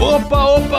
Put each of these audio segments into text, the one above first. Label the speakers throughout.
Speaker 1: Opa, opa,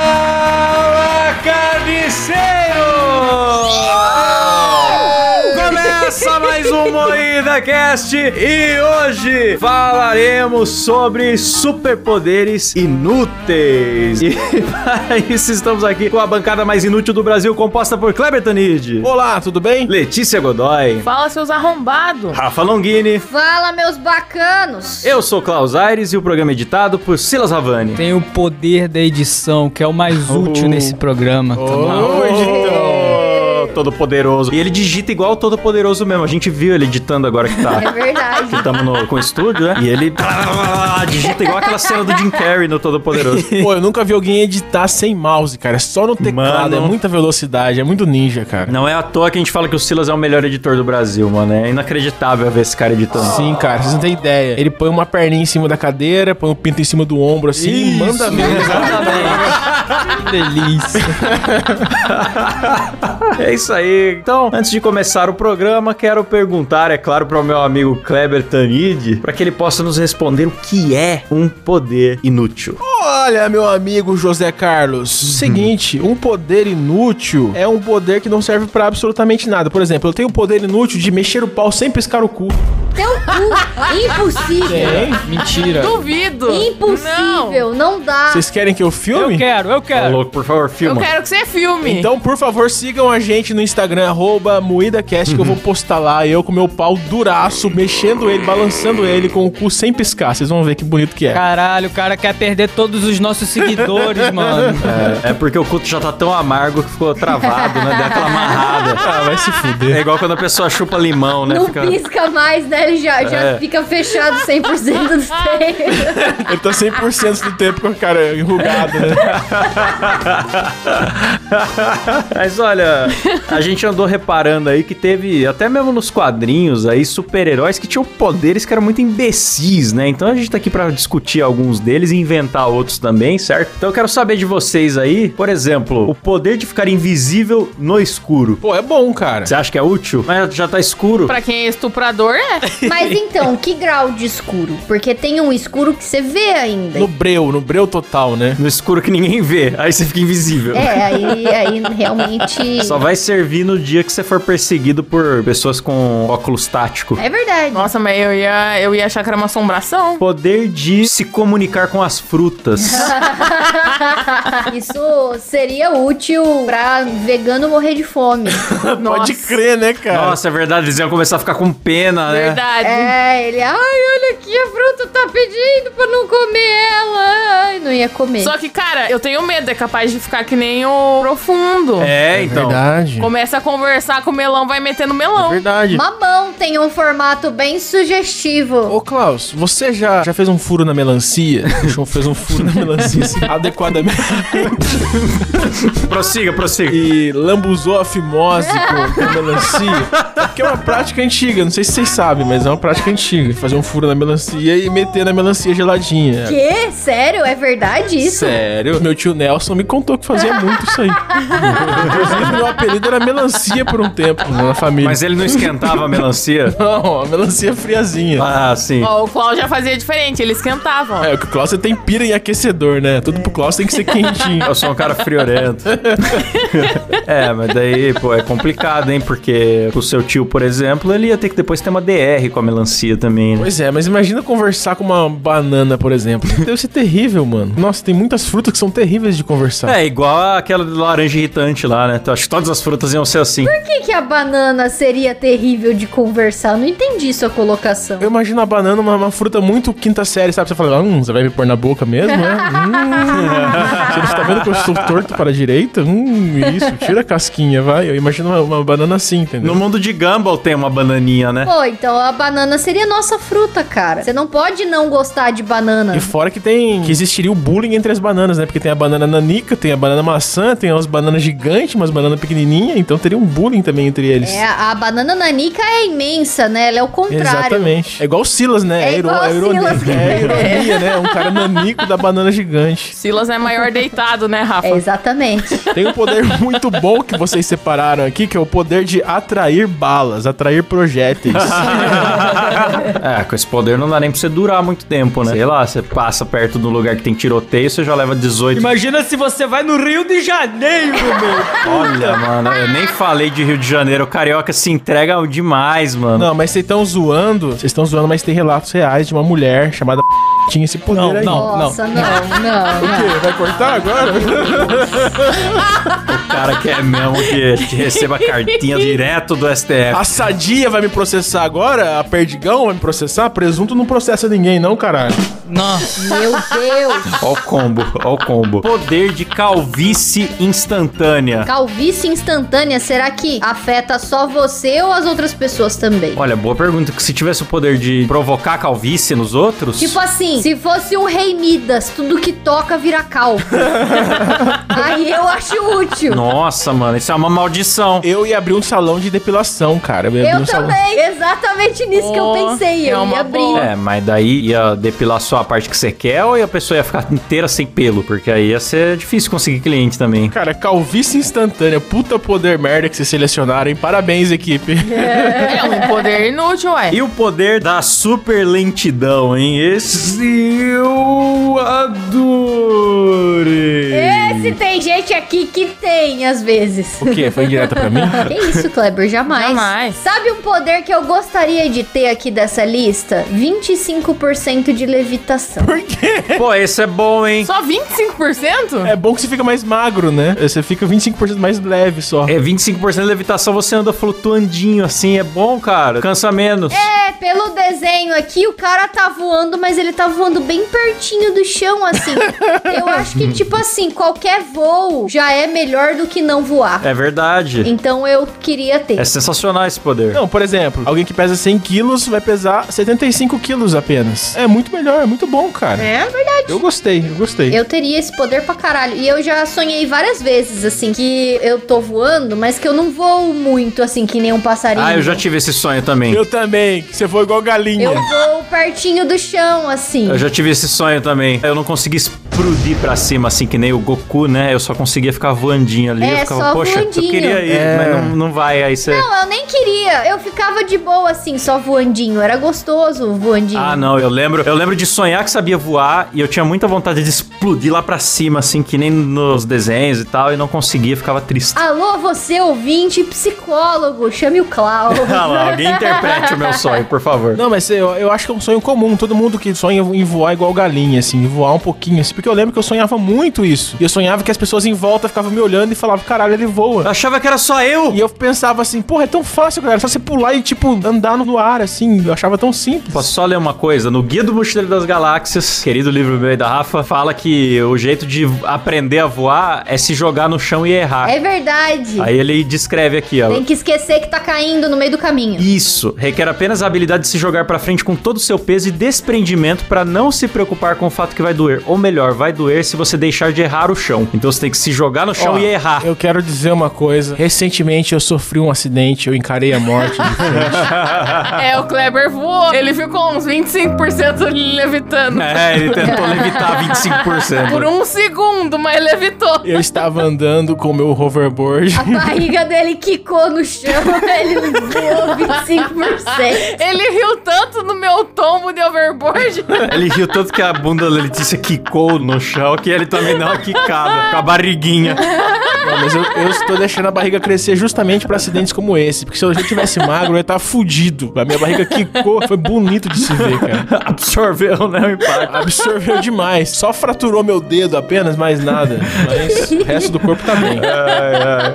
Speaker 1: Fala, carniceiro! Começa mais um Moída Cast e hoje falaremos sobre superpoderes inúteis. E para isso estamos aqui com a bancada mais inútil do Brasil, composta por Kleber Tanid,
Speaker 2: Olá, tudo bem?
Speaker 1: Letícia Godoy,
Speaker 3: Fala, seus arrombados.
Speaker 1: Rafa Longini.
Speaker 4: Fala, meus bacanos!
Speaker 1: Eu sou Klaus Aires e o programa é editado por Silas Havani.
Speaker 5: Tem o poder da edição, que é o mais
Speaker 2: Oh.
Speaker 5: útil nesse programa. tá bom?
Speaker 1: Ô, Todo poderoso. E ele digita igual o todo poderoso mesmo. A gente viu ele editando agora que
Speaker 4: É
Speaker 1: tá.
Speaker 4: verdade.
Speaker 1: que tamo no, com o estúdio, né? E ele digita igual aquela cena do Jim Carrey no Todo Poderoso.
Speaker 2: Pô, eu nunca vi alguém editar sem mouse, cara. É só no teclado,
Speaker 1: Mano.
Speaker 2: é muita velocidade, é muito ninja, cara.
Speaker 1: Não é à toa que a gente fala que o Silas é o melhor editor do Brasil, mano. É inacreditável ver esse cara editando.
Speaker 2: Sim, cara, vocês não têm ideia. Ele põe uma perninha em cima da cadeira, põe o pinto em cima do ombro assim, e manda mesmo.
Speaker 5: Que Tá delícia.
Speaker 1: É isso aí. Então, antes de começar o programa, quero perguntar, é claro, para o meu amigo Kleber Tanid, para que ele possa nos responder o que é um poder inútil.
Speaker 2: Olha, meu amigo José Carlos, seguinte, um poder inútil é um poder que não serve pra absolutamente nada. Por exemplo, eu tenho o poder inútil de mexer o pau sem piscar o cu.
Speaker 4: Teu cu! Impossível!
Speaker 5: Mentira.
Speaker 3: Duvido. Não.
Speaker 4: Impossível! Não, dá!
Speaker 2: Vocês querem que eu
Speaker 5: Eu
Speaker 2: filme?
Speaker 5: quero, eu
Speaker 1: Ô,
Speaker 5: quero.
Speaker 1: louco, por favor,
Speaker 3: Eu
Speaker 1: filma.
Speaker 3: quero que você filme.
Speaker 2: Então, por favor, sigam a gente no Instagram, arroba MoídaCast, que eu vou postar lá, eu com meu pau duraço, mexendo ele, balançando ele com o cu sem piscar. Vocês vão ver que bonito que é.
Speaker 5: Caralho, o cara quer perder todos os nossos seguidores, mano.
Speaker 1: É, é porque o culto já tá tão amargo que ficou travado, né? Deu aquela amarrada. Ah, vai se fuder. É igual quando a pessoa chupa limão, né?
Speaker 4: não pisca mais, né? Ele já, já
Speaker 1: É.
Speaker 4: fica fechado 100% do tempo.
Speaker 2: Eu tô 100% do tempo com a cara enrugada, né?
Speaker 1: Mas olha, a gente andou reparando aí que teve, até mesmo nos quadrinhos aí, super-heróis que tinham poderes que eram muito imbecis, né? Então a gente tá aqui pra discutir alguns deles e inventar outros também, certo? Então eu quero saber de vocês aí, por exemplo, o poder de ficar invisível no escuro.
Speaker 2: Pô, é bom, cara.
Speaker 1: Você acha que é útil? Mas já tá escuro.
Speaker 3: Pra quem é estuprador, é.
Speaker 4: Mas então, que grau de escuro? Porque tem um escuro que você vê ainda.
Speaker 2: é No breu, no breu total, né?
Speaker 1: No escuro que ninguém vê, aí você fica invisível.
Speaker 4: É, aí, aí realmente.
Speaker 1: Só vai servir no dia que você for perseguido por pessoas com óculos tático.
Speaker 4: É verdade.
Speaker 3: Nossa, mas eu ia, eu ia achar que era uma assombração.
Speaker 1: Poder de se comunicar com as frutas.
Speaker 4: Isso seria útil pra vegano morrer de fome.
Speaker 2: Pode crer, né, cara?
Speaker 1: Nossa, é verdade, eles iam começar a ficar com pena, né?
Speaker 3: Verdade.
Speaker 4: É, ele, ai, olha aqui, a fruta tá pedindo pra não comer ela. Ai, não ia comer.
Speaker 3: Só que, cara, eu tenho medo. É capaz de ficar que nem o profundo.
Speaker 1: É, então.
Speaker 2: Verdade.
Speaker 3: Começa a conversar com o melão, vai metendo melão.
Speaker 2: É Verdade.
Speaker 4: Mamão tem um formato bem sugestivo.
Speaker 2: Ô, Klaus, você já, já fez um furo na melancia? Deixou- fez um furo na melancia adequadamente.
Speaker 1: prossiga, prossiga.
Speaker 2: E lambuzou a fimose com, com melancia. Que é uma prática antiga, não sei se vocês sabem, mas é uma prática antiga. Fazer um furo na melancia e meter na melancia geladinha.
Speaker 4: Quê? Sério? É verdade isso?
Speaker 2: Sério? Meu tio Nelson me contou que fazia muito isso aí. Inclusive, meu apelido era melancia por um tempo na família.
Speaker 1: Mas ele não esquentava a melancia?
Speaker 2: Não, a melancia é friazinha.
Speaker 1: Ah, sim.
Speaker 3: Ó, o Cláudio já fazia diferente, ele esquentava. ó.
Speaker 2: É, que o Klaus tem pira em aquecedor, né? Tudo pro Klaus tem que ser quentinho.
Speaker 1: Eu sou um cara friorento. é, mas daí, pô, é complicado, hein? Porque o seu tio, por exemplo, ele ia ter que depois ter uma DR com a melancia também, né?
Speaker 2: Pois é, mas imagina conversar com uma banana, por exemplo. Deve ser terrível, mano. Nossa, tem muitas frutas que são terríveis de conversar.
Speaker 1: É, igual aquela laranja irritante lá, né? Eu acho que todas as frutas iam ser assim.
Speaker 4: Por que, que a banana seria terrível de conversar? Eu Não entendi sua colocação.
Speaker 2: Eu imagino a banana uma, uma fruta muito quinta série, sabe? Você fala, hum, você vai me pôr na boca mesmo, né? Hum, você não tá vendo que eu estou torto para a direita? Hum, isso, tira a casquinha, vai. Eu imagino uma, uma banana assim, entendeu?
Speaker 1: No mundo de Gumball tem uma bananinha, né?
Speaker 4: Pô, então a banana seria nossa fruta, cara. Você não pode não gostar de banana.
Speaker 5: É.
Speaker 2: E fora que tem. que existiria o bullying entre as bananas, né? Porque tem a banana nanica, tem a banana maçã, tem umas bananas gigantes, umas bananas pequenininhas, então teria um bullying também entre eles.
Speaker 4: É, a banana nanica é imensa, né? Ela é o contrário.
Speaker 2: Exatamente. É igual o Silas, né?
Speaker 4: É
Speaker 2: iro-
Speaker 4: igual o
Speaker 2: ironia,
Speaker 4: Silas.
Speaker 2: é a ironia, né? Um cara nanico da banana gigante.
Speaker 3: Silas é maior deitado, né, Rafa?
Speaker 4: É, exatamente.
Speaker 2: Tem um poder muito bom que vocês separaram aqui, que é o poder de atrair balas, atrair projéteis.
Speaker 1: É, com esse poder não dá nem pra você durar muito tempo, né? Sei lá, você passa perto de um lugar que tem tiroteio, você já leva 18.
Speaker 5: Imagina se você vai no Rio de Janeiro, meu.
Speaker 1: Olha, mano, eu nem falei de Rio de Janeiro. O carioca se entrega demais, mano.
Speaker 2: Não, mas vocês estão zoando, vocês estão zoando, mas tem relatos reais de uma mulher chamada tinha esse poder
Speaker 5: Não,
Speaker 2: aí.
Speaker 5: não.
Speaker 4: Nossa, não, não, não.
Speaker 2: Vai cortar agora?
Speaker 1: O cara quer mesmo que te receba cartinha direto do STF.
Speaker 2: A Sadia vai me processar agora? A Perdigão vai me processar? Presunto não processa ninguém, não, caralho.
Speaker 5: Nossa.
Speaker 4: Meu Deus.
Speaker 1: Ó o combo, ó o combo. Poder de calvície instantânea.
Speaker 4: Calvície instantânea, será que afeta só você ou as outras pessoas também?
Speaker 1: Olha, boa pergunta. Que se tivesse o poder de provocar calvície nos outros.
Speaker 4: Tipo assim, se fosse um rei Midas, tudo que toca vira calvo. Aí eu acho útil.
Speaker 1: Nossa, mano, isso é uma maldição.
Speaker 2: Eu ia abrir um salão de depilação, cara. Eu ia abrir
Speaker 4: Eu
Speaker 2: um salão.
Speaker 4: também, exatamente nisso que eu
Speaker 3: Ó,
Speaker 4: pensei.
Speaker 3: é
Speaker 4: Eu
Speaker 3: uma
Speaker 4: ia abrir.
Speaker 3: boa.
Speaker 1: É, mas daí ia depilar só a parte que você quer ou a pessoa ia ficar inteira sem pelo? Porque aí ia ser difícil conseguir cliente também.
Speaker 2: Cara, calvície instantânea, puta poder merda que vocês selecionaram, hein? Parabéns, equipe.
Speaker 3: É um poder inútil, ué.
Speaker 1: E o poder da super lentidão, hein? Esse eu adorei.
Speaker 4: Esse tem gente aqui que tem, às vezes.
Speaker 2: O quê? Foi indireta pra mim?
Speaker 4: Que isso, Kleber? Jamais.
Speaker 3: Jamais.
Speaker 4: Sabe um poder que eu gostaria de ter aqui dessa lista? 25% de levitação.
Speaker 2: Por quê?
Speaker 1: Pô, esse é bom, hein?
Speaker 3: Só 25%?
Speaker 2: É bom que você fica mais magro, né? Você fica 25% mais leve só.
Speaker 1: É 25% de levitação, você anda flutuandinho assim, é bom, cara. Cansa menos.
Speaker 4: É, pelo desenho aqui, o cara tá voando, mas ele tá voando bem pertinho do chão, assim. eu acho que, tipo assim, qualquer voo já é melhor do que não voar.
Speaker 1: É verdade.
Speaker 4: Então eu queria ter.
Speaker 1: É sensacional esse poder.
Speaker 2: Não, por exemplo, alguém que pesa 100 quilos vai pesar 75 quilos apenas. É muito melhor, é muito bom, cara.
Speaker 3: É,
Speaker 2: Eu gostei, eu gostei.
Speaker 4: Eu teria esse poder pra caralho. E eu já sonhei várias vezes, assim, que eu tô voando, mas que eu não voo muito, assim, que nem um passarinho.
Speaker 1: Ah, eu já tive esse sonho também.
Speaker 2: Eu também, que você foi igual galinha.
Speaker 4: Eu vou pertinho do chão, assim.
Speaker 1: Eu já tive esse sonho também. Eu não consegui explodir pra cima, assim, que nem o Goku, né? Eu só conseguia ficar voandinho ali.
Speaker 4: É,
Speaker 1: eu ficava,
Speaker 4: só
Speaker 1: poxa,
Speaker 4: voandinho."
Speaker 1: eu queria ir,
Speaker 2: É.
Speaker 1: mas não, não vai. Aí você.
Speaker 4: Não, eu nem queria. Eu ficava de boa, assim, só voandinho. Era gostoso o voandinho.
Speaker 1: Ah, não, eu lembro. Eu lembro de sonhar que sabia voar e eu tinha muita vontade de explodir lá pra cima, assim, que nem nos desenhos e tal, e não conseguia, ficava triste.
Speaker 4: Alô, você ouvinte, psicólogo, chame o Clau.
Speaker 1: Ah lá, alguém interprete o meu sonho, por favor.
Speaker 2: Não, mas eu, eu acho que é um sonho comum. Todo mundo que sonha em voar igual galinha, assim, em voar um pouquinho, assim. Porque eu lembro que eu sonhava muito isso. E eu sonhava que as pessoas em volta ficavam me olhando e falavam, caralho, ele voa.
Speaker 1: Eu achava que era só eu.
Speaker 2: E eu pensava assim, porra, é tão fácil, galera. Só você pular e, tipo, andar no ar, assim. Eu achava tão simples.
Speaker 1: Posso só ler uma coisa? No Guia do Mochileiro das Galáxias, querido livro meu e da Rafa, fala que o jeito de aprender a voar é se jogar no chão e errar.
Speaker 4: É verdade.
Speaker 1: Aí ele descreve aqui, ó.
Speaker 4: Tem que esquecer que tá caindo no meio do caminho.
Speaker 1: Isso, requer apenas a habilidade de se jogar pra frente com todo o seu peso e desprendimento pra não se preocupar com o fato que vai doer, ou melhor, maior vai doer se você deixar de errar o chão. Então você tem que se jogar no chão
Speaker 2: Ó,
Speaker 1: e errar.
Speaker 2: Eu quero dizer uma coisa. Recentemente eu sofri um acidente, eu encarei a morte. de frente.
Speaker 3: É, o Kleber voou. Ele ficou uns 25% levitando.
Speaker 1: É, ele tentou levitar 25%.
Speaker 3: Por um segundo, mas levitou.
Speaker 2: eu estava andando com o meu hoverboard.
Speaker 4: A barriga dele quicou no chão, ele voou 25%.
Speaker 3: Ele riu tanto no meu tombo de overboard.
Speaker 1: Ele riu tanto que a bunda da Letícia quicou no chão que ele também deu uma quicada com a barriguinha.
Speaker 2: Não, mas eu, eu estou deixando a barriga crescer justamente para acidentes como esse. Porque se eu já tivesse magro, eu ia estar fudido. A minha barriga quicou. Foi bonito de se ver, cara.
Speaker 1: Absorveu, né, o impacto.
Speaker 2: Absorveu demais. Só fraturou meu dedo apenas, mais nada. Mas o resto do corpo tá bem.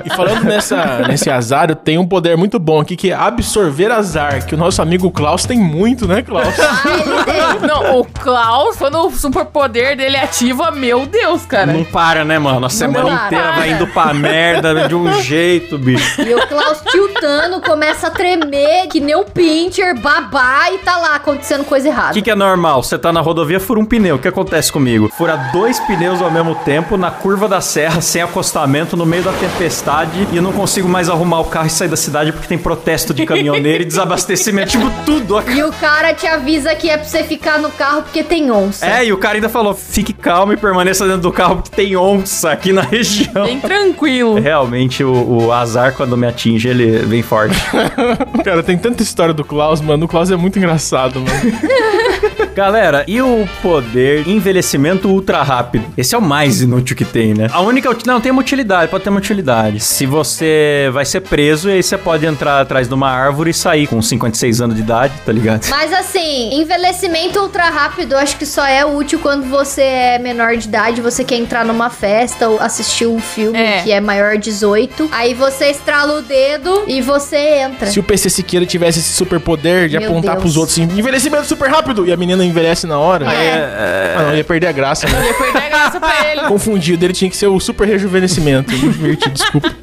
Speaker 2: E falando nessa, nesse azar, eu tenho um poder muito bom aqui que é absorver azar, que o nosso amigo Klaus tem muito, né, Klaus?
Speaker 3: Não, o Klaus, quando o superpoder dele ativa, meu Deus, cara.
Speaker 1: Não para, né, mano? A semana
Speaker 4: para.
Speaker 1: inteira vai indo pra merda de um jeito, bicho.
Speaker 4: E o Klaus tiltando começa a tremer, que nem um pincher, babá, e tá lá acontecendo coisa
Speaker 1: O
Speaker 4: errada.
Speaker 1: que, que é normal? Você tá na rodovia, fura um pneu. O que acontece comigo? Fura dois pneus ao mesmo tempo, na curva da serra, sem acostamento, no meio da tempestade, e eu não consigo mais arrumar o carro e sair da cidade porque tem protesto de caminhoneiro e desabastecimento. Tipo, tudo.
Speaker 4: E o cara te avisa que é pra você ficar no carro porque tem onça.
Speaker 1: É, e o cara ainda falou: fique calmo e permaneça dentro do carro porque tem onça aqui na região.
Speaker 3: Bem tranquilo.
Speaker 1: Realmente, o, o azar, quando me atinge, ele vem forte.
Speaker 2: Cara, tem tanta história do Klaus, mano. O Klaus é muito engraçado, mano.
Speaker 1: Galera, e o poder envelhecimento ultra rápido? Esse é o mais inútil que tem, né? A única. uti- Não, tem uma utilidade, pode ter uma utilidade. Se você vai ser preso, e aí você pode entrar atrás de uma árvore e sair com 56 anos de idade, tá ligado?
Speaker 4: Mas assim, envelhecimento ultra rápido, eu acho que só é útil quando você é menor de idade, você quer entrar numa festa ou assistir um filme
Speaker 3: É.
Speaker 4: que é maior 18. Aí você estrala o dedo e você entra.
Speaker 2: Se o PC Siqueira tivesse esse superpoder de
Speaker 4: Meu
Speaker 2: apontar
Speaker 4: Deus.
Speaker 2: pros outros assim, envelhecimento super rápido! E a menina envelhece na hora. Aí,
Speaker 1: é.
Speaker 2: Ah, não, ia perder a graça, né?
Speaker 3: Ia perder a graça pra ele.
Speaker 2: Confundido, ele tinha que ser o super rejuvenescimento. Me diverti, desculpa.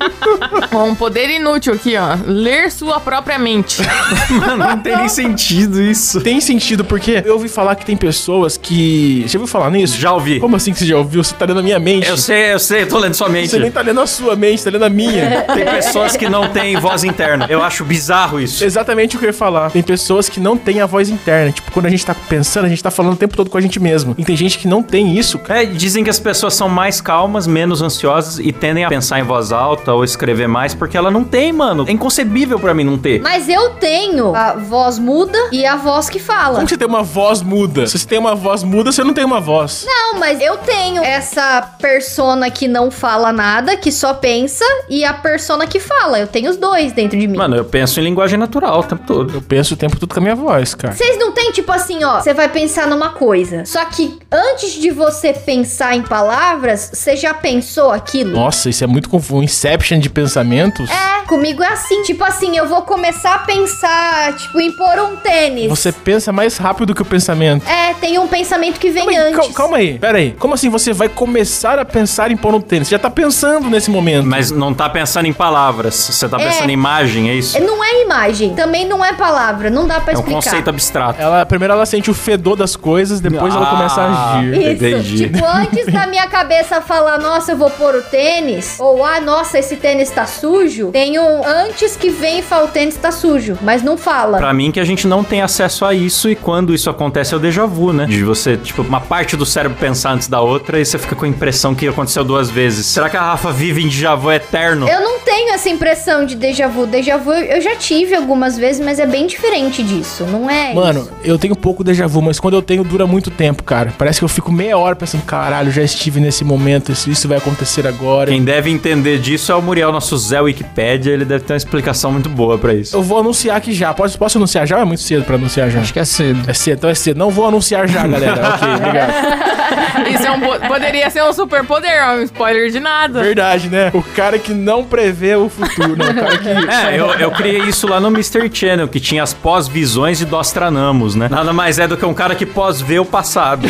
Speaker 3: Ó, Um poder inútil aqui, ó. Ler sua própria mente.
Speaker 1: Mano, não tem nem sentido isso.
Speaker 2: Tem sentido, porque eu ouvi falar que tem pessoas que. Você ouviu falar nisso?
Speaker 1: Já ouvi.
Speaker 2: Como assim que você já ouviu? Você tá lendo a minha mente.
Speaker 1: Eu sei, eu sei, eu tô lendo sua mente.
Speaker 2: Você nem tá lendo a sua mente, tá lendo a minha.
Speaker 1: Tem pessoas que não têm voz interna. Eu acho bizarro isso.
Speaker 2: Exatamente o que eu ia falar. Tem pessoas que não têm a voz interna. Tipo, quando a gente tá pensando, a gente tá falando o tempo todo com a gente mesmo. E tem gente que não tem isso, cara.
Speaker 1: É, dizem que as pessoas são mais calmas, menos ansiosas e tendem a pensar em voz alta ou escrever mais porque ela não tem, mano. É inconcebível pra mim não ter.
Speaker 4: Mas eu tenho a voz muda e a voz que fala.
Speaker 2: Como que você tem uma voz muda? Se você tem uma voz muda, você não tem uma voz.
Speaker 4: Não, mas eu tenho essa persona que não fala nada, que só pensa, e a persona que fala. Eu tenho os dois dentro de mim.
Speaker 1: Mano, eu penso em linguagem natural o tempo todo.
Speaker 2: Eu penso o tempo todo com a minha voz, cara.
Speaker 4: Vocês não têm tipo assim, ó, você vai pensar numa coisa. Só que antes de você pensar em palavras, você já pensou aquilo?
Speaker 2: Nossa, isso é muito confuso. Inception de pensamentos?
Speaker 4: É, comigo é assim. Tipo assim, eu vou começar a pensar, tipo, em pôr um tênis.
Speaker 2: Você pensa mais rápido que o pensamento.
Speaker 4: É, tem um pensamento que vem
Speaker 2: Calma aí,
Speaker 4: antes.
Speaker 2: cal- calma aí, pera aí. Como assim você vai começar a pensar em pôr um tênis? Você já tá pensando nesse momento.
Speaker 1: Mas não tá pensando em palavras, você tá
Speaker 4: É.
Speaker 1: pensando em imagem, é isso?
Speaker 4: É, Não é imagem, também não é palavra, não dá pra
Speaker 1: É um
Speaker 4: explicar.
Speaker 1: conceito abstrato.
Speaker 2: Ela, primeiro ela sente o fedor das coisas, depois ela
Speaker 1: Ah.
Speaker 2: começa a agir.
Speaker 4: Isso,
Speaker 1: Entendi.
Speaker 4: tipo, antes da minha cabeça falar, nossa, eu vou pôr o tênis, ou ah, nossa, esse tênis tá sujo, tem um antes que vem e fala o tênis tá sujo, mas não fala.
Speaker 1: Pra mim, que a gente não tem acesso a isso, e quando isso acontece é o déjà vu, né? De você, tipo, uma parte do cérebro pensar antes da outra e você fica com a impressão que aconteceu duas vezes. Será que a Rafa vive em déjà vu eterno?
Speaker 4: Eu não tenho essa impressão de déjà vu. Déjà vu eu já tive algumas vezes, mas é bem diferente disso, não é?
Speaker 2: Mano,
Speaker 4: isso.
Speaker 2: eu tenho pouco déjà vu, mas quando eu tenho, dura muito tempo, cara. Parece que eu fico meia hora pensando, caralho, já estive nesse momento, isso, isso vai acontecer agora.
Speaker 1: Quem deve entender disso é o Muriel, nosso Zé Wikipédia. Ele deve ter uma explicação muito boa pra isso.
Speaker 2: Eu vou anunciar aqui já. Posso, posso anunciar já ou é muito cedo pra anunciar já?
Speaker 5: Acho que é cedo.
Speaker 2: É cedo, então é cedo. Não vou anunciar já, galera. ok, obrigado.
Speaker 3: Isso é um po- poderia ser um superpoder, ó, um spoiler de nada.
Speaker 2: Verdade, né? O cara que não prevê o futuro, né? O cara que...
Speaker 1: É, eu, eu criei isso lá no Mr. Channel, que tinha as pós-visões de Dostranamus, né? Nada mais é do que um cara que pós-vê o passado.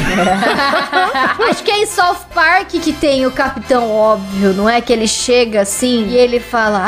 Speaker 4: Acho que é em South Park que tem o Capitão Óbvio, não é? Que ele chega assim e ele fala: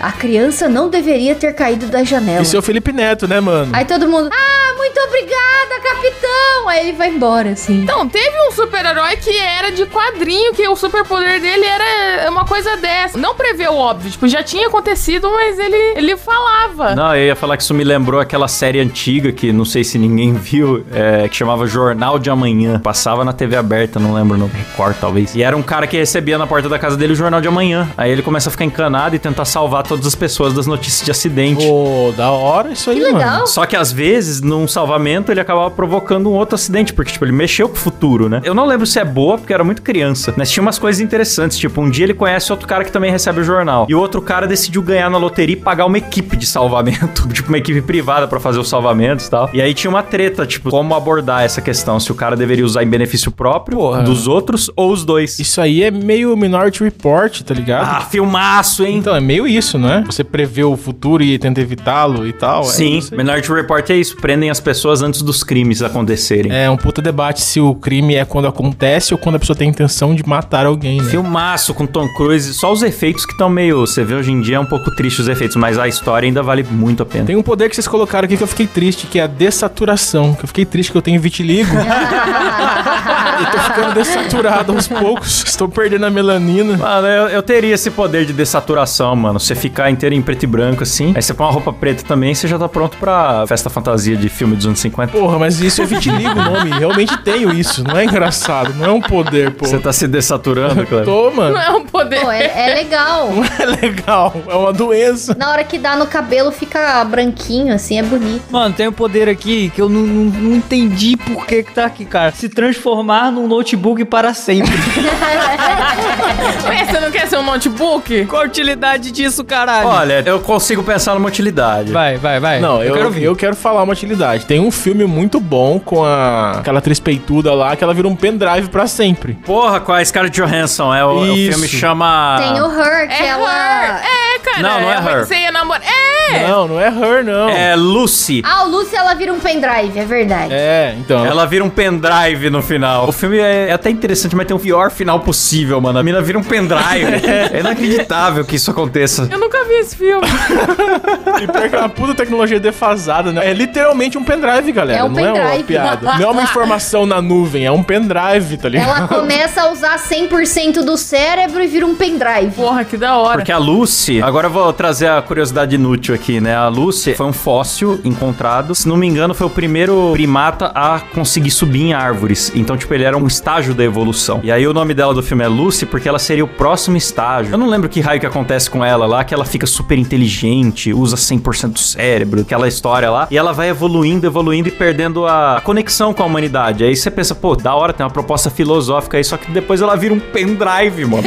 Speaker 4: Ah, a criança não deveria ter caído da janela.
Speaker 2: Isso é o Felipe Neto, né, mano?
Speaker 4: Aí todo mundo, ah, muito obrigada, capitão! Aí ele vai embora, assim.
Speaker 3: Então, teve um super-herói que era de quadrinho, que o superpoder dele era uma coisa dessa. Não prevê o óbvio, tipo, já tinha acontecido, mas ele, ele falava.
Speaker 1: Não, eu ia falar que isso me lembrou aquela série antiga que não sei se ninguém viu, é, que chamava Jornal de Amanhã. Passava na TV aberta, não lembro, no Record talvez. E era um cara que recebia na porta da casa dele o Jornal de Amanhã. Aí ele começa a ficar encanado e tentar salvar todas as pessoas das notícias de acidente.
Speaker 2: Pô, da hora isso aí,
Speaker 4: que legal.
Speaker 2: mano.
Speaker 1: Só que às vezes, num salvamento, ele acabava provocando um outro acidente, porque, tipo, ele mexeu com o futuro, né? Eu não lembro se é boa, porque eu era muito criança, mas tinha umas coisas interessantes, tipo, um dia ele conhece outro cara que também recebe o jornal, e o outro cara decidiu ganhar na loteria e pagar uma equipe de salvamento, tipo, uma equipe privada pra fazer os salvamentos e tal. E aí tinha uma treta, tipo, como abordar essa questão, se o cara deveria usar em benefício próprio, dos outros, ou os dois.
Speaker 2: Isso aí é meio Minority Report, tá ligado?
Speaker 1: Ah, filmaço, hein?
Speaker 2: Então, é meio isso, né? Você prevê o futuro e tenta evitá-lo e tal. é
Speaker 1: Sim,
Speaker 2: isso aí.
Speaker 1: Minority Report é isso, prendem as pessoas antes dos crimes acontecerem.
Speaker 2: É um puta debate se o crime é quando acontece ou quando a pessoa tem intenção de matar alguém,
Speaker 1: É.
Speaker 2: né?
Speaker 1: Filmaço com Tom Cruise, só os efeitos que estão meio. Você vê hoje em dia é um pouco triste os efeitos, mas a história ainda vale muito a pena.
Speaker 2: Tem um poder que vocês colocaram aqui que eu fiquei triste, que é a dessaturação. Que eu fiquei triste que eu tenho vitiligo. eu tô ficando dessaturado aos poucos. Estou perdendo a melanina.
Speaker 1: Mano, eu, eu teria esse poder de dessaturação, mano. Você ficar inteiro em preto e branco assim, aí você põe uma roupa preta também, você já tá pronto pra festa fantasia de filme dos anos 50.
Speaker 2: Porra, mas isso é vitiligo o nome. Realmente tenho isso. Não é engraçado. Não é um poder, pô.
Speaker 1: Você tá se dessaturando, Cleber?
Speaker 2: Tô, mano.
Speaker 3: Não é um poder.
Speaker 4: Pô, é, é legal.
Speaker 2: Não é legal. É uma doença.
Speaker 4: Na hora que dá no cabelo, fica branquinho, assim, é bonito.
Speaker 5: Mano, tem um poder aqui que eu não, não- não entendi por que que tá aqui, cara. Se transformar num notebook para sempre.
Speaker 3: Ué, você não quer ser um notebook?
Speaker 5: Qual a utilidade disso, caralho?
Speaker 1: Olha, eu consigo pensar numa utilidade.
Speaker 5: Vai, vai, vai.
Speaker 2: Não, eu, eu,
Speaker 5: quero
Speaker 2: quero
Speaker 5: ouvir.
Speaker 2: falar uma utilidade. Tem um filme muito bom com a, aquela atriz peituda lá que ela vira um pendrive pra sempre.
Speaker 1: Porra, com a Scarlett Johansson. É, o, é o
Speaker 2: Isso.
Speaker 1: filme chama.
Speaker 4: Tem o Her, que
Speaker 3: É
Speaker 4: ela...
Speaker 3: her. É, cara.
Speaker 1: Não, não é
Speaker 3: uma que
Speaker 1: her.
Speaker 3: Você ia namorar. É!
Speaker 2: Não, não é her, não.
Speaker 1: É Lucy.
Speaker 4: Ah, o Lúcio, ela vira um pendrive, é verdade.
Speaker 2: É, então.
Speaker 1: Ela vira um pendrive no final. O filme é até interessante, mas tem o pior final possível, mano. A mina vira um pendrive. é inacreditável que isso aconteça.
Speaker 3: Eu nunca vi esse filme.
Speaker 2: E pior que é uma puta tecnologia defasada, né? É literalmente um pendrive, galera.
Speaker 4: É um
Speaker 2: não é uma
Speaker 4: pendrive.
Speaker 2: piada. Não é uma informação na nuvem, é um pendrive, tá ligado?
Speaker 4: Ela começa a usar 100% do cérebro e vira um pendrive.
Speaker 3: Porra, que da hora.
Speaker 1: Porque a Lucy, agora eu vou trazer a curiosidade inútil aqui, né? A Lucy foi um fóssil encontrado. Se não me engano, foi o primeiro primata a conseguir subir em árvores. Então, tipo, ele era um estágio da evolução. E aí o nome dela do filme é Lucy porque ela seria o próximo estágio. Eu não lembro que raio que acontece com ela lá, que ela fica super inteligente, usa 100% do cérebro, aquela história lá. E ela vai evoluindo, evoluindo e perdendo a conexão com a humanidade. Aí você pensa, pô, da hora, tem uma proposta filosófica aí, só que depois ela vira um pendrive, mano.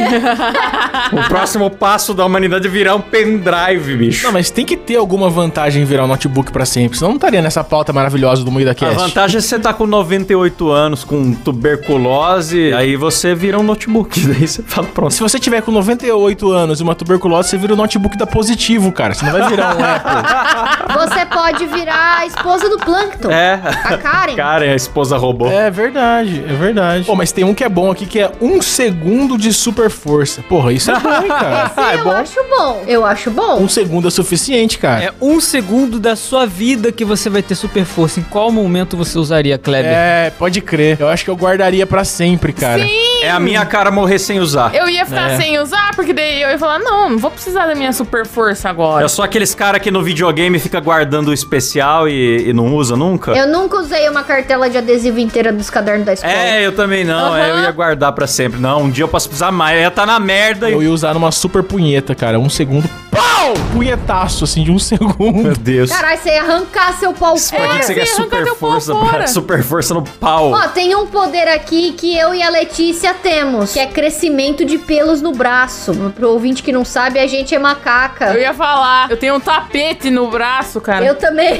Speaker 1: O próximo passo da humanidade é virar um pendrive, bicho.
Speaker 2: Não, mas tem que ter alguma vantagem em virar um notebook pra sempre, senão não estaria nessa pauta maravilhosa do meio da
Speaker 1: a
Speaker 2: cast.
Speaker 1: vantagem é você tá com 98 anos, com tuberculose, aí você vira um notebook. Daí você fala, pronto.
Speaker 2: Se você tiver com 98 anos e uma tuberculose, você vira o notebook da Positivo, cara. Você não vai virar um Apple.
Speaker 4: Você pode virar a esposa do Plankton.
Speaker 1: É.
Speaker 4: A Karen.
Speaker 1: Karen, a esposa robô.
Speaker 2: É verdade, é verdade. Pô, mas tem um que é bom aqui, que é um segundo de super força. Porra, isso é bom, hein, cara.
Speaker 4: Sim, eu acho bom. Eu acho bom.
Speaker 2: Um segundo é suficiente, cara.
Speaker 5: É um segundo da sua vida que você vai ter super força. Em qual momento você usaria, Kleber?
Speaker 2: É, pode crer. Eu acho que eu guardaria pra sempre, cara.
Speaker 3: Sim!
Speaker 1: É a minha cara morrer sem usar.
Speaker 3: Eu ia ficar sem usar, porque daí eu ia falar, não, não vou precisar da minha super força agora.
Speaker 1: É só aqueles cara que no videogame fica guardando o especial e, e não usa nunca?
Speaker 4: Eu nunca usei uma cartela de adesivo inteira dos cadernos da escola.
Speaker 1: É, eu também não. é, eu
Speaker 3: Aham.
Speaker 1: ia guardar pra sempre. Não, um dia eu posso precisar mais. Eu ia tá na merda e.
Speaker 2: Eu ia usar numa super punheta, cara. Um segundo. Pau! Punhetaço, assim, de um segundo.
Speaker 1: Meu Deus.
Speaker 4: Caralho, você ia arrancar seu
Speaker 1: Pra
Speaker 4: pau
Speaker 1: que que
Speaker 4: fora.
Speaker 1: você quer
Speaker 3: você arranca
Speaker 1: super
Speaker 3: é, teu pau
Speaker 1: força?
Speaker 3: fora.
Speaker 1: pra- Super força no pau.
Speaker 4: Ó, tem um poder aqui que eu e a Letícia temos, que é crescimento de pelos no braço. Pro ouvinte que não sabe, a gente é macaca.
Speaker 3: Eu ia falar, eu tenho um tapete no braço, cara.
Speaker 4: Eu também.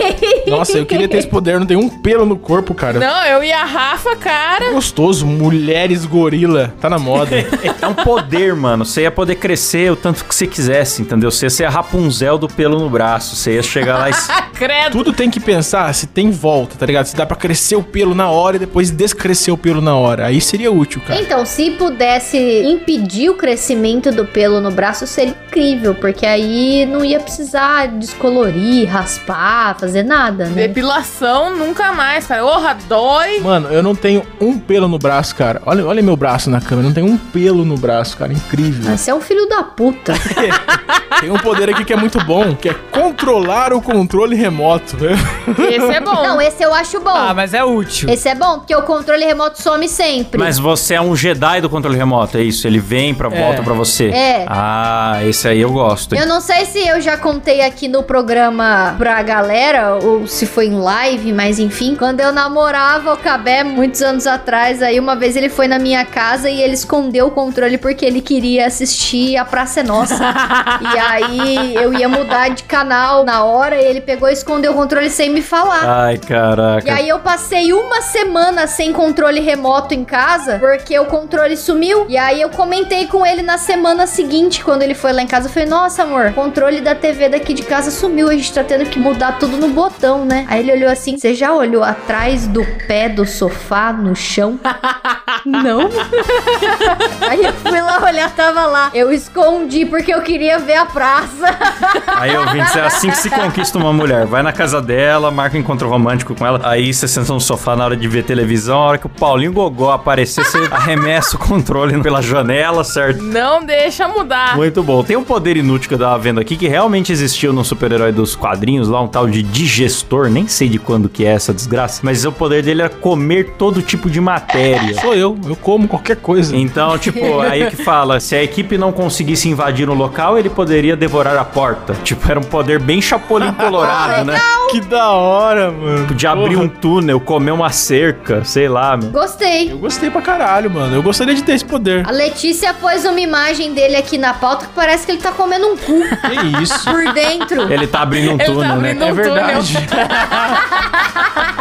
Speaker 2: Nossa, eu queria ter esse poder. Não tem um pelo no corpo, cara.
Speaker 3: Não, eu ia Rafa, cara.
Speaker 2: Gostoso. Mulheres gorila. Tá na moda.
Speaker 1: É um poder, mano. Você ia poder crescer o tanto que você quisesse, entendeu? Você ia ser a Rapunzel do pelo no braço. Você ia chegar lá e.
Speaker 3: Credo.
Speaker 2: Tudo tem que pensar se tem volta, tá ligado? Se dá pra crescer o pelo na hora e depois descrescer o pelo na hora. Aí seria útil, cara.
Speaker 4: Então, se pudesse impedir o crescimento do pelo no braço, seria incrível, porque aí não ia precisar descolorir, raspar, fazer nada, né?
Speaker 3: Depilação nunca mais, cara. Orra, dói.
Speaker 2: Mano, eu não tenho um pelo no braço, cara. Olha, olha meu braço na câmera. eu Não tenho um pelo no braço, cara. Incrível.
Speaker 4: Ah, Você é um filho da puta.
Speaker 2: Tem um poder aqui que é muito bom, que é controlar o controle remoto.
Speaker 3: Esse é bom.
Speaker 4: não, esse eu acho bom.
Speaker 5: Ah, mas é útil.
Speaker 4: Esse é bom, porque o controle remoto some sempre.
Speaker 1: Mas você é um Jedi do controle remoto, é isso? Ele vem pra volta pra você.
Speaker 4: É.
Speaker 1: Ah, esse aí eu gosto.
Speaker 4: Eu não sei se eu já contei aqui no programa pra galera, ou se foi em live, mas enfim. Quando eu namorava o Cabé, muitos anos atrás, aí uma vez ele foi na minha casa e ele escondeu o controle porque ele queria assistir A Praça é Nossa. e aí eu ia mudar de canal na hora e ele pegou e escondeu o controle sem me falar.
Speaker 1: Ai,
Speaker 4: E
Speaker 1: caraca.
Speaker 4: aí eu passei uma semana sem controle remoto em casa, porque o controle sumiu. E aí eu comentei com ele na semana seguinte, quando ele foi lá em casa, eu falei, nossa, amor, o controle da TV daqui de casa sumiu, a gente tá tendo que mudar tudo no botão, né? Aí ele olhou assim, você já olhou atrás do pé do sofá, no chão? Não. aí eu fui lá olhar, tava lá. Eu escondi porque eu queria ver a praça.
Speaker 1: Aí, ouvintes, é assim que se conquista uma mulher. Vai na casa dela, marca um encontro romântico com ela. Aí você senta no sofá na hora de ver televisão. A hora que o Paulinho Gogó aparecer, você arremessa o controle pela janela, certo?
Speaker 3: Não deixa mudar.
Speaker 1: Muito bom. Tem um poder inútil que eu tava vendo aqui que realmente existiu no super-herói dos quadrinhos lá, um tal de digestor. Nem sei de quando que é essa desgraça. Mas o poder dele era comer todo tipo de matéria.
Speaker 2: Sou eu. Eu como qualquer coisa.
Speaker 1: Então, tipo, aí que fala, se a equipe não conseguisse invadir o local, ele poderia devorar a porta. Tipo, era um poder bem chapolim colorado, né?
Speaker 2: Que da hora, mano.
Speaker 1: De abrir um túnel, comer uma cerca, sei lá, meu.
Speaker 4: Gostei.
Speaker 2: Eu gostei pra caralho, mano. Eu gostaria de ter esse poder.
Speaker 4: A Letícia pôs uma imagem dele aqui na pauta que parece que ele tá comendo um cu
Speaker 2: Que isso.
Speaker 4: por dentro.
Speaker 1: Ele tá abrindo um
Speaker 3: tá
Speaker 1: túnel,
Speaker 3: abrindo
Speaker 1: né?
Speaker 3: um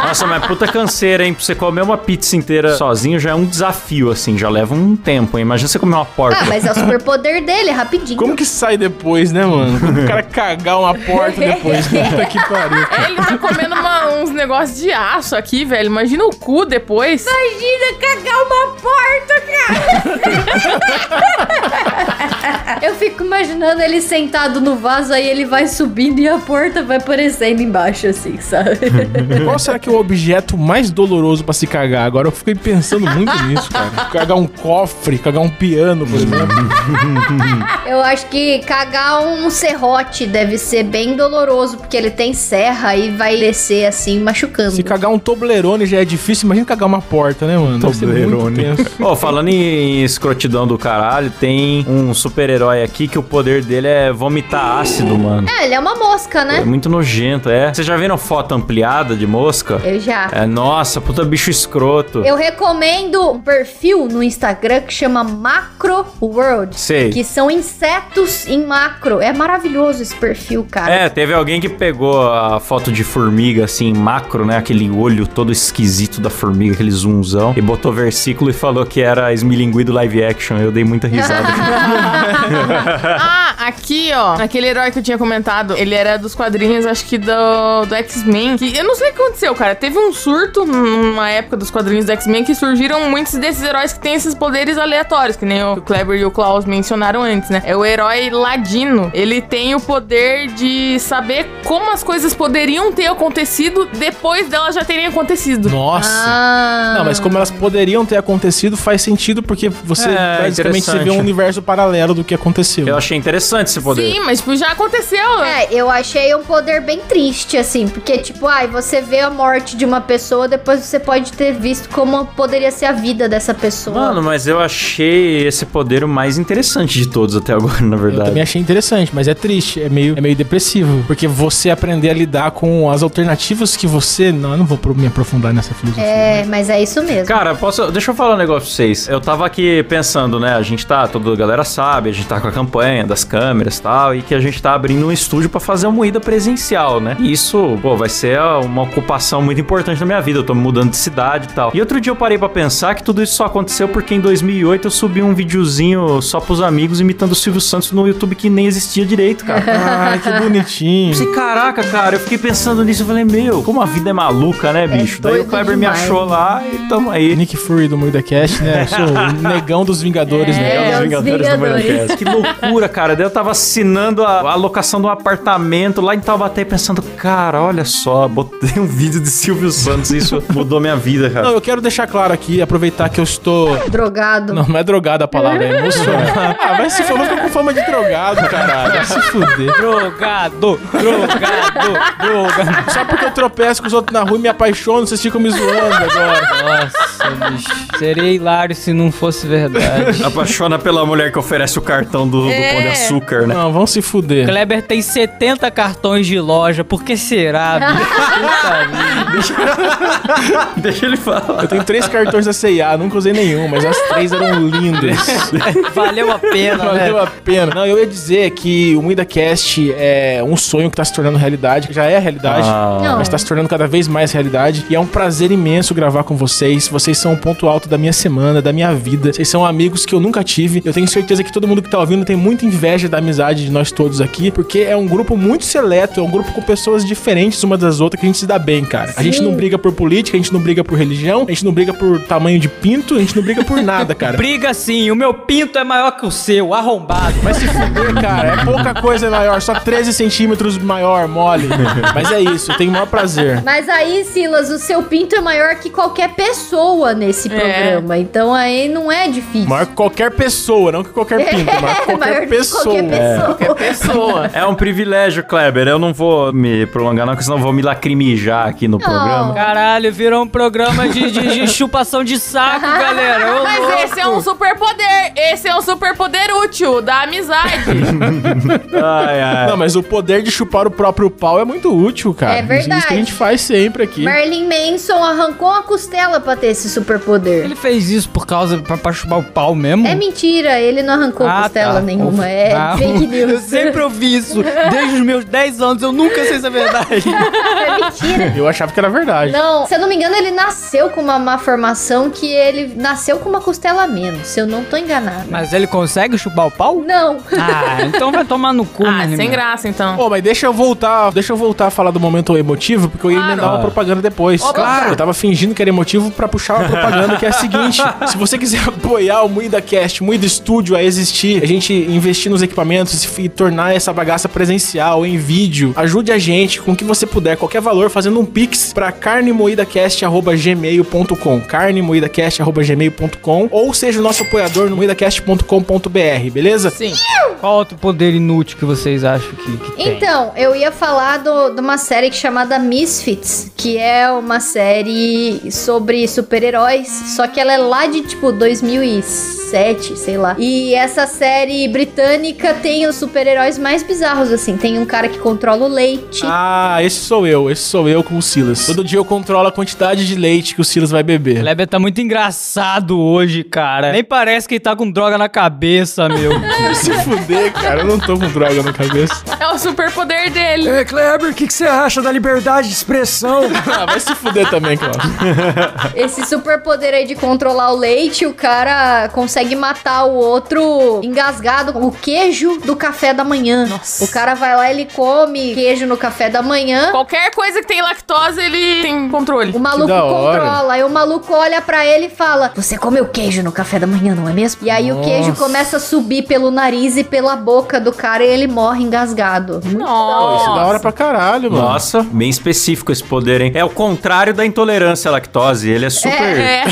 Speaker 1: Nossa, mas puta canseira, hein? Pra você comer uma pizza inteira sozinho já é um desafio, assim. Já leva um tempo, hein? Imagina você comer uma porta.
Speaker 4: Ah, mas é o superpoder dele, rapidinho.
Speaker 2: Como que sai depois, né, mano? Como o cara cagar uma porta depois. Puta que pariu.
Speaker 3: É, ele tá comendo uma- uns negócios de aço aqui, velho. Imagina o cu depois.
Speaker 4: Imagina é cagar uma porta, cara! Eu fico imaginando ele sentado no vaso, aí ele vai subindo e a porta vai aparecendo embaixo, assim, sabe?
Speaker 2: Qual será que é o objeto mais doloroso pra se cagar? Agora eu fiquei pensando muito nisso, cara. Cagar um cofre, cagar um piano, por exemplo.
Speaker 4: Eu acho que cagar um serrote deve ser bem doloroso, porque ele tem serra e vai descer, assim, machucando.
Speaker 2: Se cagar um Toblerone já é difícil, imagina cagar uma porta, né, mano? Deve ser muito
Speaker 1: Toblerone.
Speaker 2: tenso.
Speaker 1: Ô, falando em escrotidão do caralho, tem um super-herói aqui que o poder dele é vomitar ácido, mano.
Speaker 4: É, ele é uma mosca,
Speaker 1: É
Speaker 4: né?
Speaker 1: muito nojento, é. Vocês já viram foto ampliada de mosca?
Speaker 4: Eu já.
Speaker 1: É, nossa, puta bicho escroto.
Speaker 4: Eu recomendo um perfil no Instagram que chama Macro World.
Speaker 1: Sei.
Speaker 4: Que são insetos em macro. É maravilhoso esse perfil, cara.
Speaker 1: É, teve alguém que pegou a foto de formiga, assim, macro, né? Aquele olho todo esquisito da formiga, aquele zoomzão. E botou versículo e falou que era esmilinguido live action. Eu dei muita risada.
Speaker 3: Ah, aqui, ó. Aquele herói que eu tinha comentado, ele era dos quadrinhos, acho que do, do X-Men. que Eu não sei o que aconteceu, cara. Teve um surto numa época dos quadrinhos do X-Men que surgiram muitos desses heróis que têm esses poderes aleatórios, que nem o Kleber e o Klaus mencionaram antes, né? É o herói ladino. Ele tem o poder de saber como as coisas poderiam ter acontecido depois delas já terem acontecido.
Speaker 2: Nossa.
Speaker 4: Ah.
Speaker 2: Não, mas como elas poderiam ter acontecido, faz sentido, porque você
Speaker 1: É,
Speaker 2: basicamente você vê
Speaker 1: interessante.
Speaker 2: um universo paralelo do que aconteceu.
Speaker 1: Eu achei interessante esse poder.
Speaker 3: Sim, mas tipo, já aconteceu.
Speaker 4: É, eu achei um poder bem triste, assim, porque, tipo, ai, você vê a morte de uma pessoa, depois você pode ter visto como poderia ser a vida dessa pessoa.
Speaker 1: Mano, mas eu achei esse poder o mais interessante de todos até agora, na
Speaker 2: Eu
Speaker 1: verdade.
Speaker 2: também achei interessante, mas é triste, é meio, é meio depressivo. Porque você aprender a lidar com as alternativas que você. Não, eu não vou pro- me aprofundar nessa filosofia.
Speaker 4: é, mas é isso mesmo.
Speaker 1: Cara, posso, deixa eu falar um negócio pra vocês. Eu tava aqui pensando, né? A gente tá, toda a galera sabe, a gente tá com a campanha das câmeras e tal, e que a gente tá abrindo um estúdio pra fazer uma moída presencial, né? E isso, pô, vai ser uma ocupação muito importante na minha vida. Eu tô mudando de cidade e tal. E outro dia eu parei pra pensar que tudo isso só aconteceu porque em 2008 eu subi um videozinho só pros amigos imitando o Silvio Santos no YouTube que nem existia direito, cara.
Speaker 6: Ai, que bonitinho.
Speaker 1: Pensei, caraca, cara, eu fiquei pensando nisso e falei, meu, como a vida é maluca, né, bicho? Daí o
Speaker 4: É doido
Speaker 1: Kleber me
Speaker 4: demais.
Speaker 1: achou lá e tamo aí.
Speaker 2: Nick Fury do Moída Cast, né? Eu sou o negão dos Vingadores, né?
Speaker 4: É, os Vingadores.
Speaker 1: Podcast. Que loucura, cara. Daí eu tava assinando a a locação de um apartamento lá em Taubaté pensando, cara, olha só, botei um vídeo de Silvio Santos e isso mudou minha vida,
Speaker 2: Não,
Speaker 1: cara.
Speaker 2: eu quero deixar claro aqui, aproveitar que eu estou.
Speaker 4: Drogado.
Speaker 2: Não, não é drogada a palavra, é emocionado. Ah, vai se falando com fama de drogado, caralho. Vai se fuder.
Speaker 5: Drogado, drogado, drogado.
Speaker 2: Só porque eu tropeço com os outros na rua e me apaixono, vocês ficam me zoando agora.
Speaker 5: Nossa, bicho. Seria hilário se não fosse verdade.
Speaker 1: Apaixona pela mulher que oferece o cartão do, do Pão de Açúcar, né?
Speaker 2: Não, vão se fuder.
Speaker 5: Kleber tem 70 cartões de loja, por que será, bicho? Puta vida.
Speaker 1: Deixa ele falar.
Speaker 2: Eu tenho três cartões da CIA, nunca usei nenhum, mas as três eram lindas.
Speaker 5: Valeu a pena,
Speaker 2: Valeu
Speaker 5: né?
Speaker 2: a pena. Não, eu ia dizer que o MuidaCast é um sonho que tá se tornando realidade, que já é realidade,
Speaker 4: Não.
Speaker 2: mas tá se tornando cada vez mais realidade. E é um prazer imenso gravar com vocês. Vocês são o ponto alto da minha semana, da minha vida. Vocês são amigos que eu nunca tive. Eu tenho certeza que todo mundo que tá ouvindo tem muita inveja da amizade de nós todos aqui, porque é um grupo muito seleto, é um grupo com pessoas diferentes uma das outras que a gente se dá bem, cara. A gente não briga por política, a gente não briga por religião, a gente não briga por tamanho de pinto, a gente não briga por nada, cara.
Speaker 5: Briga sim, o meu pinto é maior que o seu, arrombado.
Speaker 2: Vai se fuder, cara. É pouca coisa maior, só 13 centímetros maior, mole. Mas é isso, eu tenho o maior prazer.
Speaker 4: Mas aí, Silas, o seu pinto é maior que qualquer pessoa nesse programa. Então aí não é difícil.
Speaker 2: Maior que qualquer pessoa, não que qualquer pinto, mas
Speaker 4: é
Speaker 2: qualquer
Speaker 4: maior que
Speaker 2: pessoa.
Speaker 4: qualquer pessoa.
Speaker 3: Pessoa.
Speaker 1: É um privilégio, Kleber. Eu não vou me prolongar, não, porque senão eu vou me lacrimejar aqui no programa.
Speaker 5: Caralho, virou um programa de, de- de chupação de saco, galera. Ô, louco.
Speaker 3: Mas esse é um superpoder. Esse é um superpoder útil da amizade.
Speaker 1: Ai, ai.
Speaker 2: É. Não, mas o poder de chupar o próprio pau é muito útil, cara.
Speaker 4: É verdade.
Speaker 2: Isso que a gente faz sempre aqui.
Speaker 4: Marilyn Manson arrancou a costela pra ter esse superpoder.
Speaker 5: Ele fez isso por causa pra, pra chupar o pau mesmo?
Speaker 4: É mentira, ele não arrancou
Speaker 5: Ah,
Speaker 4: costela
Speaker 5: tá.
Speaker 4: nenhuma. É
Speaker 5: Ah,
Speaker 4: fake news.
Speaker 5: Eu sempre ouvi isso. Desde os meus 10 anos, eu nunca sei se é verdade.
Speaker 4: é mentira.
Speaker 2: Eu achava que era verdade.
Speaker 4: Não, se eu não me engano, ele nasceu com uma má formação que ele nasceu com uma costela a menos, se eu não tô enganada.
Speaker 5: Mas ele consegue chupar o pau?
Speaker 4: Não.
Speaker 5: Ah, então vai tomar no cu,
Speaker 3: ah,
Speaker 5: meu
Speaker 3: sem
Speaker 5: irmão.
Speaker 3: graça, então.
Speaker 2: Pô, mas deixa eu voltar, deixa eu voltar a falar do momento emotivo, porque eu ia
Speaker 3: Claro.
Speaker 2: emendar uma propaganda depois.
Speaker 3: Opa.
Speaker 2: Eu tava fingindo que era emotivo pra puxar a propaganda, que é a seguinte: se você quiser apoiar o Muida Cast, o Muida Studio a existir, a gente investir nos equipamentos e tornar essa bagaça presencial em vídeo, ajude a gente com o que você puder, qualquer valor, fazendo um pix pra carnemoidacast.gmail.com carnemoidacast.gmail.com ou seja o nosso apoiador no moidacast.com.br, beleza?
Speaker 3: Sim.
Speaker 5: Qual outro poder inútil que vocês acham que, que tem?
Speaker 4: Então, eu ia falar do- de uma série chamada Misfits, que é uma série sobre super-heróis, só que ela é lá de tipo 2007, sei lá. E essa série britânica tem os super-heróis mais bizarros, assim. Tem um cara que controla o leite.
Speaker 2: Ah, esse sou eu, esse sou eu com o Silas. Todo dia eu controlo a quantidade de leite que o Silas vai beber.
Speaker 5: Kleber tá muito engraçado hoje, cara. Nem parece que ele tá com droga na cabeça, meu.
Speaker 2: Se fuder, cara, eu não tô com droga na cabeça.
Speaker 3: É o superpoder dele.
Speaker 1: Ei, Kleber, o que, que você acha da liberdade de expressão?
Speaker 2: Ah, vai se fuder também, Cláudio.
Speaker 4: Esse superpoder aí de controlar o leite, o cara consegue matar o outro engasgado com o queijo do café da manhã.
Speaker 3: Nossa.
Speaker 4: O cara vai lá, ele come queijo no café da manhã.
Speaker 3: Qualquer coisa que tem lactose, ele tem controle.
Speaker 4: O maluco
Speaker 2: da hora.
Speaker 4: controla, aí o maluco olha pra ele e fala: Você comeu queijo no café da manhã, não é mesmo? E aí o queijo começa a subir pelo nariz e pela boca do cara e ele morre engasgado.
Speaker 2: Isso é da
Speaker 3: Nossa.
Speaker 2: hora pra caralho, mano.
Speaker 1: Nossa, bem específico esse poder, hein? É o contrário da intolerância à lactose. Ele é super.
Speaker 3: É,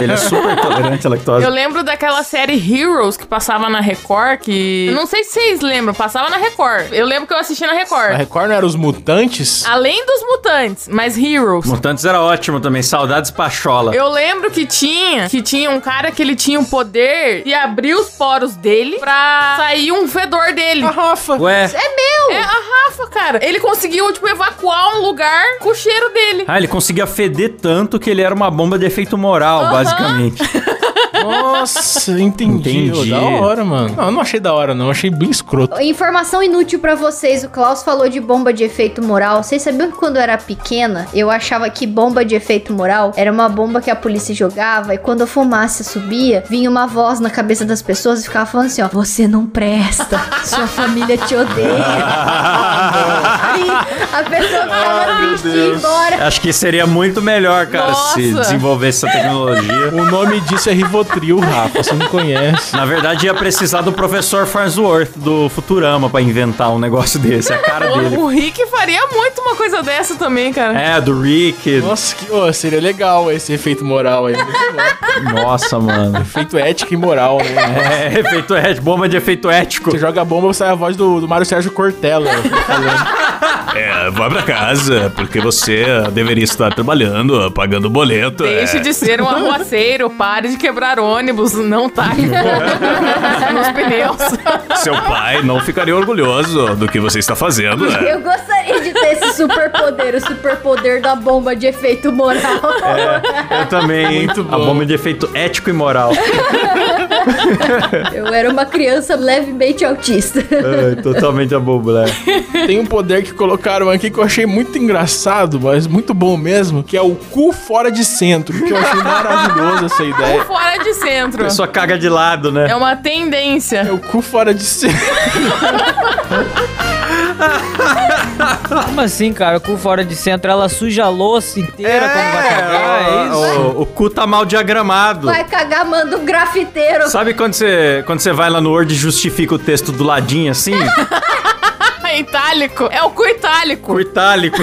Speaker 1: Ele é super tolerante à lactose.
Speaker 3: eu lembro daquela série Heroes que passava na Record, que... eu Não sei se vocês lembram, passava na Record. Eu lembro que eu assisti na
Speaker 2: A
Speaker 3: Record.
Speaker 2: Record não era os mutantes?
Speaker 3: Além dos mutantes, mas Heroes.
Speaker 1: Mutantes era ótimo também. Saudades Pachola.
Speaker 3: Eu lembro que tinha, que tinha um cara que ele tinha um poder de abrir os poros dele pra sair um fedor dele.
Speaker 2: Rafa.
Speaker 1: Ué.
Speaker 3: É a Rafa, cara. Ele conseguiu, tipo, evacuar um lugar com o cheiro dele.
Speaker 1: Ah, ele conseguia feder tanto que ele era uma bomba de efeito moral, basicamente.
Speaker 2: Nossa, entendi.
Speaker 1: Entendi.
Speaker 2: Ô, Da hora, mano. Não, eu não achei da hora, não. Eu achei bem escroto.
Speaker 4: Informação inútil pra vocês, o Klaus falou de bomba de efeito moral. Vocês sabiam que quando eu era pequena, eu achava que bomba de efeito moral era uma bomba que a polícia jogava e quando a fumaça subia, vinha uma voz na cabeça das pessoas e ficava falando assim, ó: "Você não presta, sua família te odeia". Aí a pessoa ficava triste e ia embora.
Speaker 1: Acho que seria muito melhor, cara, se
Speaker 3: Nossa.
Speaker 1: desenvolvesse essa tecnologia.
Speaker 2: O nome disso é Rivotril, Rafa. Você não conhece.
Speaker 1: Na verdade, ia precisar do professor Farnsworth do Futurama pra inventar um negócio desse. A cara dele.
Speaker 3: O Rick faria muito uma coisa dessa também, cara.
Speaker 1: É, do Rick.
Speaker 2: Nossa, que, ô, seria legal esse efeito moral aí. Muito bom.
Speaker 1: Nossa, mano.
Speaker 2: efeito ético e moral, né?
Speaker 1: É, efeito ético, bomba de efeito ético.
Speaker 2: Você joga a bomba, sai a voz do, do Mário Sérgio Cortella.
Speaker 7: É, vá pra casa, porque você deveria estar trabalhando, pagando boleto. é.
Speaker 3: Deixe de ser um arruaceiro, pare de quebrar ônibus, não tá nos pneus.
Speaker 7: Seu pai não ficaria orgulhoso do que você está fazendo. é.
Speaker 4: Eu gostaria de ter esse superpoder, o superpoder da bomba de efeito moral.
Speaker 1: Eu também. Muito A
Speaker 2: bom.
Speaker 1: bomba de efeito ético e moral.
Speaker 4: Eu era uma criança levemente autista.
Speaker 1: Ai, totalmente a bobo, né?
Speaker 2: Tem um poder que colocaram aqui que eu achei muito engraçado, mas muito bom mesmo, que é o cu fora de centro, que eu achei maravilhoso essa ideia.
Speaker 3: Fora de
Speaker 1: A
Speaker 3: centro.
Speaker 1: pessoa caga de lado, né?
Speaker 5: um
Speaker 3: É uma tendência.
Speaker 2: É o cu fora de centro.
Speaker 5: Como assim, cara? Com fora de centro, ela suja a louça inteira
Speaker 1: É,
Speaker 5: quando vai cagar, é isso?
Speaker 1: o, o cu tá mal diagramado.
Speaker 4: Vai cagar, manda um grafiteiro.
Speaker 1: Sabe quando você, quando você vai lá no Word e justifica o texto do ladinho assim?
Speaker 3: É itálico. É o cu itálico.
Speaker 1: Com itálico.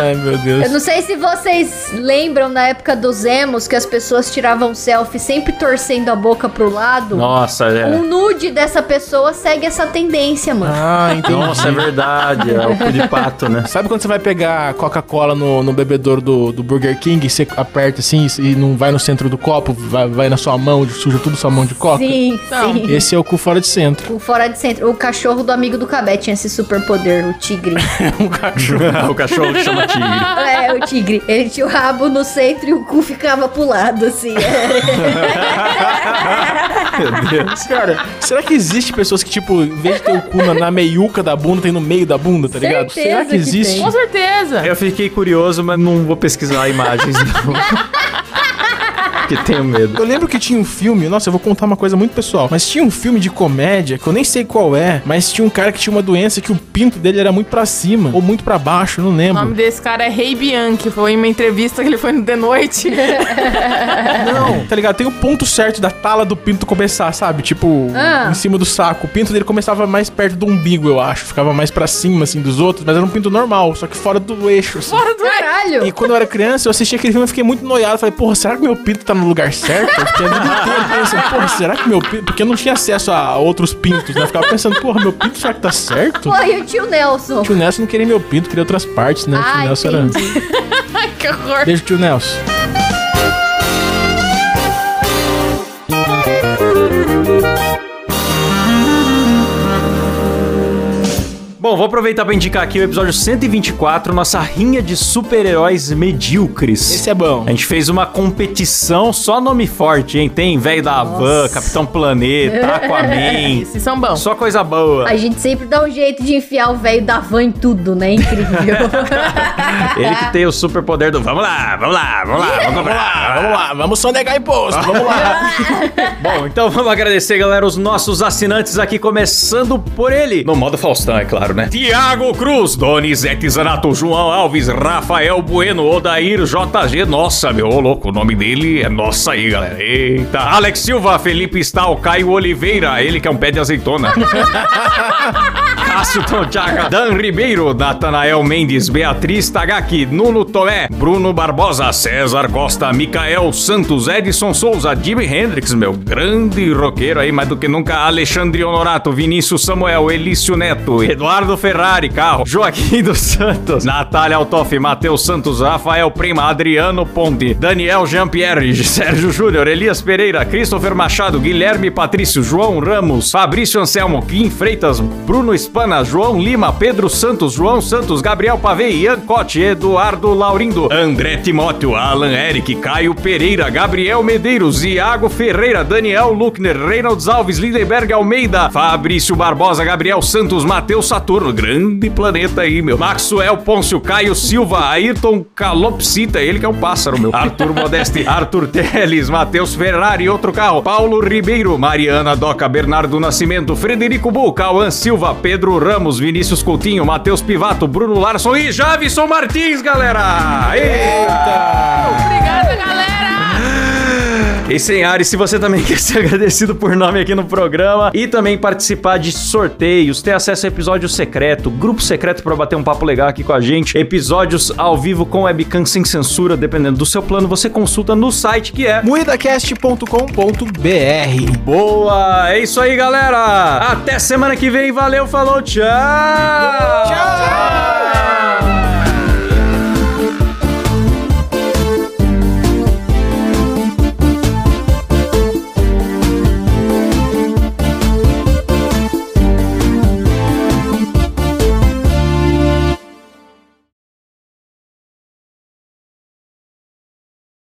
Speaker 2: Ai, meu
Speaker 4: Eu
Speaker 2: Deus.
Speaker 4: não sei se vocês lembram na época dos emos que as pessoas tiravam selfie sempre torcendo a boca pro lado.
Speaker 1: Nossa,
Speaker 4: Um
Speaker 1: é.
Speaker 4: nude dessa pessoa segue essa tendência, mano.
Speaker 2: Ah, então.
Speaker 1: Nossa, é verdade. É o cu de pato, né?
Speaker 2: Sabe quando você vai pegar Coca-Cola no, no bebedouro do, do Burger King e você aperta assim e não vai no centro do copo, vai, vai na sua mão, suja tudo sua mão de coca?
Speaker 4: Sim,
Speaker 3: Não.
Speaker 4: sim.
Speaker 2: Esse é o cu fora de centro.
Speaker 4: O fora de centro. O cachorro do amigo do Cabé tinha esse superpoder, o tigre.
Speaker 2: Um cachorro.
Speaker 1: o cachorro que chama tigre.
Speaker 4: é, o tigre. Ele tinha o rabo no centro e o cu ficava pro lado, assim.
Speaker 1: Meu Deus.
Speaker 2: Cara, será que existe pessoas que, tipo, em vez de ter o cu na, na meiuca da bunda, tem no meio da bunda, tá ligado?
Speaker 4: Certeza
Speaker 2: Será que
Speaker 4: que
Speaker 2: existe?
Speaker 4: tem.
Speaker 3: Com certeza.
Speaker 1: Eu fiquei curioso, mas não vou pesquisar imagens, não. Porque tenho medo.
Speaker 2: Eu lembro que tinha um filme, nossa, eu vou contar uma coisa muito pessoal, mas tinha um filme de comédia que eu nem sei qual é, mas tinha um cara que tinha uma doença que o pinto dele era muito pra cima ou muito pra baixo, não
Speaker 3: O nome
Speaker 2: lembro.
Speaker 3: desse cara é Rei Bianchi. Foi em uma entrevista que ele foi no The Noite.
Speaker 2: Não, tá ligado? Tem o ponto certo da tala do pinto começar, sabe? Tipo,
Speaker 4: Ah.
Speaker 2: em cima do saco. O pinto dele começava mais perto do umbigo, eu acho. Ficava mais pra cima, assim, dos outros, mas era um pinto normal, só que fora do eixo, assim.
Speaker 3: Fora do
Speaker 2: E
Speaker 4: Caralho.
Speaker 2: quando eu era criança, eu assisti aquele filme e fiquei muito noiado. Falei, porra, será que meu pinto tá no lugar certo? Eu fiquei a vida inteira pensando, porra, será que meu pinto. Porque eu não tinha acesso a outros pintos, né? Eu ficava pensando, porra, meu pinto será que tá certo?
Speaker 4: Pô, e o tio Nelson?
Speaker 2: O tio Nelson não queria meu pinto, queria outras partes, né? O tio
Speaker 4: Ah,
Speaker 2: Nelson era.
Speaker 4: entendi.
Speaker 3: que horror.
Speaker 2: Beijo, tio Nelson.
Speaker 1: Bom, vou aproveitar pra indicar aqui o episódio 124, nossa rinha de super-heróis medíocres.
Speaker 2: Esse é bom.
Speaker 1: A gente fez uma competição, só nome forte, hein? Tem Velho da Havan, Capitão Planeta, Aquaman.
Speaker 3: Esses são
Speaker 2: é
Speaker 3: bons.
Speaker 1: Só coisa boa.
Speaker 4: A gente sempre dá um jeito de enfiar o velho da van em tudo, né? Incrível.
Speaker 1: Ele
Speaker 2: ah.
Speaker 1: que tem o superpoder do. Vamos lá, vamos lá, vamos lá, vamos lá.
Speaker 2: Vamos lá, vamos sonegar imposto, vamos lá.
Speaker 1: Bom, então vamos agradecer, galera, os nossos assinantes aqui, começando por ele. No modo Faustão, é claro, né?
Speaker 7: Tiago Cruz, Donizete Zanato, João Alves, Rafael Bueno, Odair JG. Nossa, meu, ô louco, o nome dele é nossa aí, galera. Eita. Alex Silva, Felipe Stal, Caio Oliveira, ele que é um pé de azeitona. Cássio Tonchaga, Dan Ribeiro, Natanael Mendes, Beatriz Tagaki, Nuno Tomé, Bruno Barbosa, César Costa, Micael Santos, Edson Souza, Jimi Hendrix, meu grande roqueiro aí, mais do que nunca, Alexandre Honorato, Vinícius Samuel, Elício Neto, Eduardo Ferrari, Carro, Joaquim dos Santos, Natália Altoff, Matheus Santos, Rafael Prima, Adriano Ponte, Daniel Jean-Pierre, Sérgio Júnior, Elias Pereira, Christopher Machado, Guilherme Patrício, João Ramos, Fabrício Anselmo, Kim Freitas, Bruno Espana,
Speaker 1: Santana, João Lima, Pedro Santos, João Santos, Gabriel Pavei, Ian Cote, Eduardo Laurindo, André Timóteo, Alan Eric, Caio Pereira, Gabriel Medeiros, Iago Ferreira, Daniel Luckner, Reynolds Alves, Lindenberg Almeida, Fabrício Barbosa, Gabriel Santos, Matheus Saturno, grande planeta aí, meu. Maxwell Pôncio, Caio Silva, Ayrton Calopsita, ele que é um pássaro, meu. Arthur Modeste, Arthur Teles, Matheus Ferrari, outro carro, Paulo Ribeiro, Mariana Doca, Bernardo Nascimento, Frederico Bu, Cauã Silva, Pedro Ramos, Vinícius Coutinho, Matheus Pivato, Bruno Larson e Javison Martins, galera! Eita!
Speaker 3: Obrigada, galera!
Speaker 8: E sem ar, e se você também quer ser agradecido por nome aqui no programa e também participar de sorteios, ter acesso a episódio secreto, grupo secreto para bater um papo legal aqui com a gente, episódios ao vivo com webcam sem censura, dependendo do seu plano, você consulta no site que é
Speaker 2: Muidacast.com.br.
Speaker 8: Boa! É isso aí, galera! Até semana que vem, valeu, falou, tchau! Tchau!